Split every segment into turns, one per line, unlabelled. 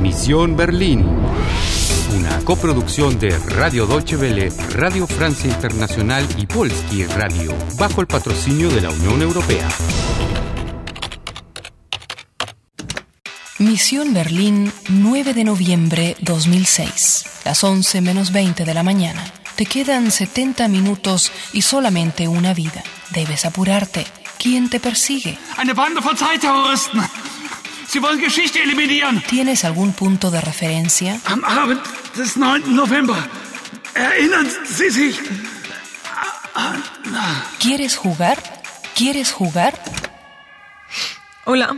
Misión Berlín. Una coproducción de Radio Deutsche Welle, Radio Francia Internacional y Polski Radio, bajo el patrocinio de la Unión Europea.
Misión Berlín, 9 de noviembre 2006, las 11 menos 20 de la mañana. Te quedan 70 minutos y solamente una vida. Debes apurarte. ¿Quién te persigue?
Eine Bande von Zeitterroristen. Sie wollen Geschichte eliminieren.
¿Tienes algún punto de referencia?
Am Abend des 9. November. Erinnern Sie sich.
¿Quieres jugar? ¿Quieres jugar?
Hola,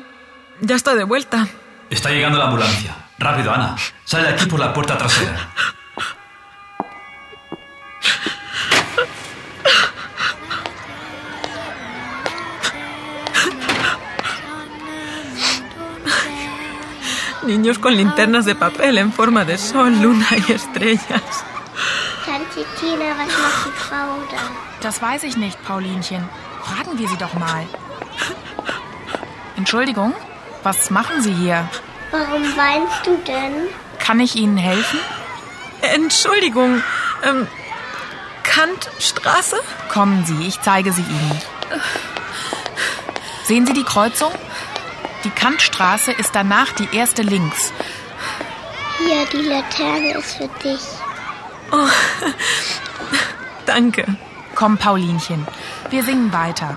ya está de vuelta.
Está llegando la ambulancia. Rápido, Ana. Sale de aquí por la puerta trasera.
Niños con linternas de papel en forma de sol, luna y estrellas.
Tante Tina, was macht die Frau da?
Das weiß ich nicht, Paulinchen. Fragen wir sie doch mal. Entschuldigung, was machen Sie hier?
Warum weinst du denn?
Kann ich Ihnen helfen?
Entschuldigung, ähm, Kantstraße?
Kommen Sie, ich zeige sie Ihnen. Sehen Sie die Kreuzung? Die Kantstraße ist danach die erste links.
Hier, die Laterne ist für dich.
Danke.
Komm, Paulinchen, wir singen weiter.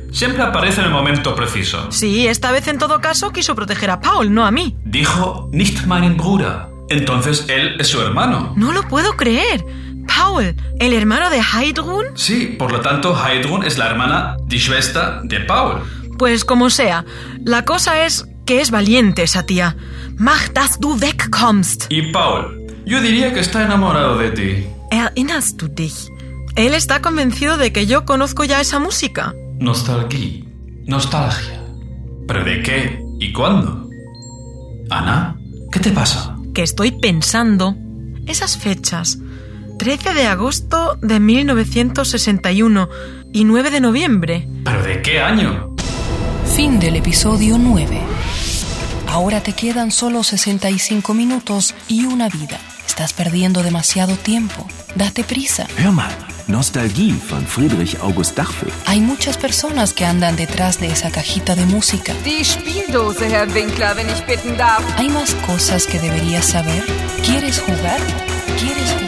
siempre aparece en el momento preciso.
Sí, esta vez en todo caso quiso proteger a Paul, no a mí.
Dijo nicht meinen Bruder. Entonces él es su hermano.
No lo puedo creer. Paul, el hermano de Heidrun.
Sí, por lo tanto, Heidrun es la hermana, die Schwester, de Paul.
Pues como sea, la cosa es que es valiente esa tía. Mach, dass du wegkommst.
Y Paul, yo diría que está enamorado de ti.
Erinnerst du dich? Él está convencido de que yo conozco ya esa música.
Nostalgia. Nostalgia. ¿Pero de qué y cuándo? Ana, ¿qué te pasa?
Que estoy pensando. Esas fechas. 13 de agosto de 1961 y 9 de noviembre.
¿Pero de qué año?
Fin del episodio 9. Ahora te quedan solo 65 minutos y una vida. Estás perdiendo demasiado tiempo. Date prisa.
Hör mal. Nostalgie von Friedrich August Dachfeld.
Hay muchas personas que andan detrás de esa cajita de música.
Die Spieldose, Herr Winkler, wenn ich bitten darf.
¿Hay más cosas que deberías saber? ¿Quieres jugar? ¿Quieres jugar?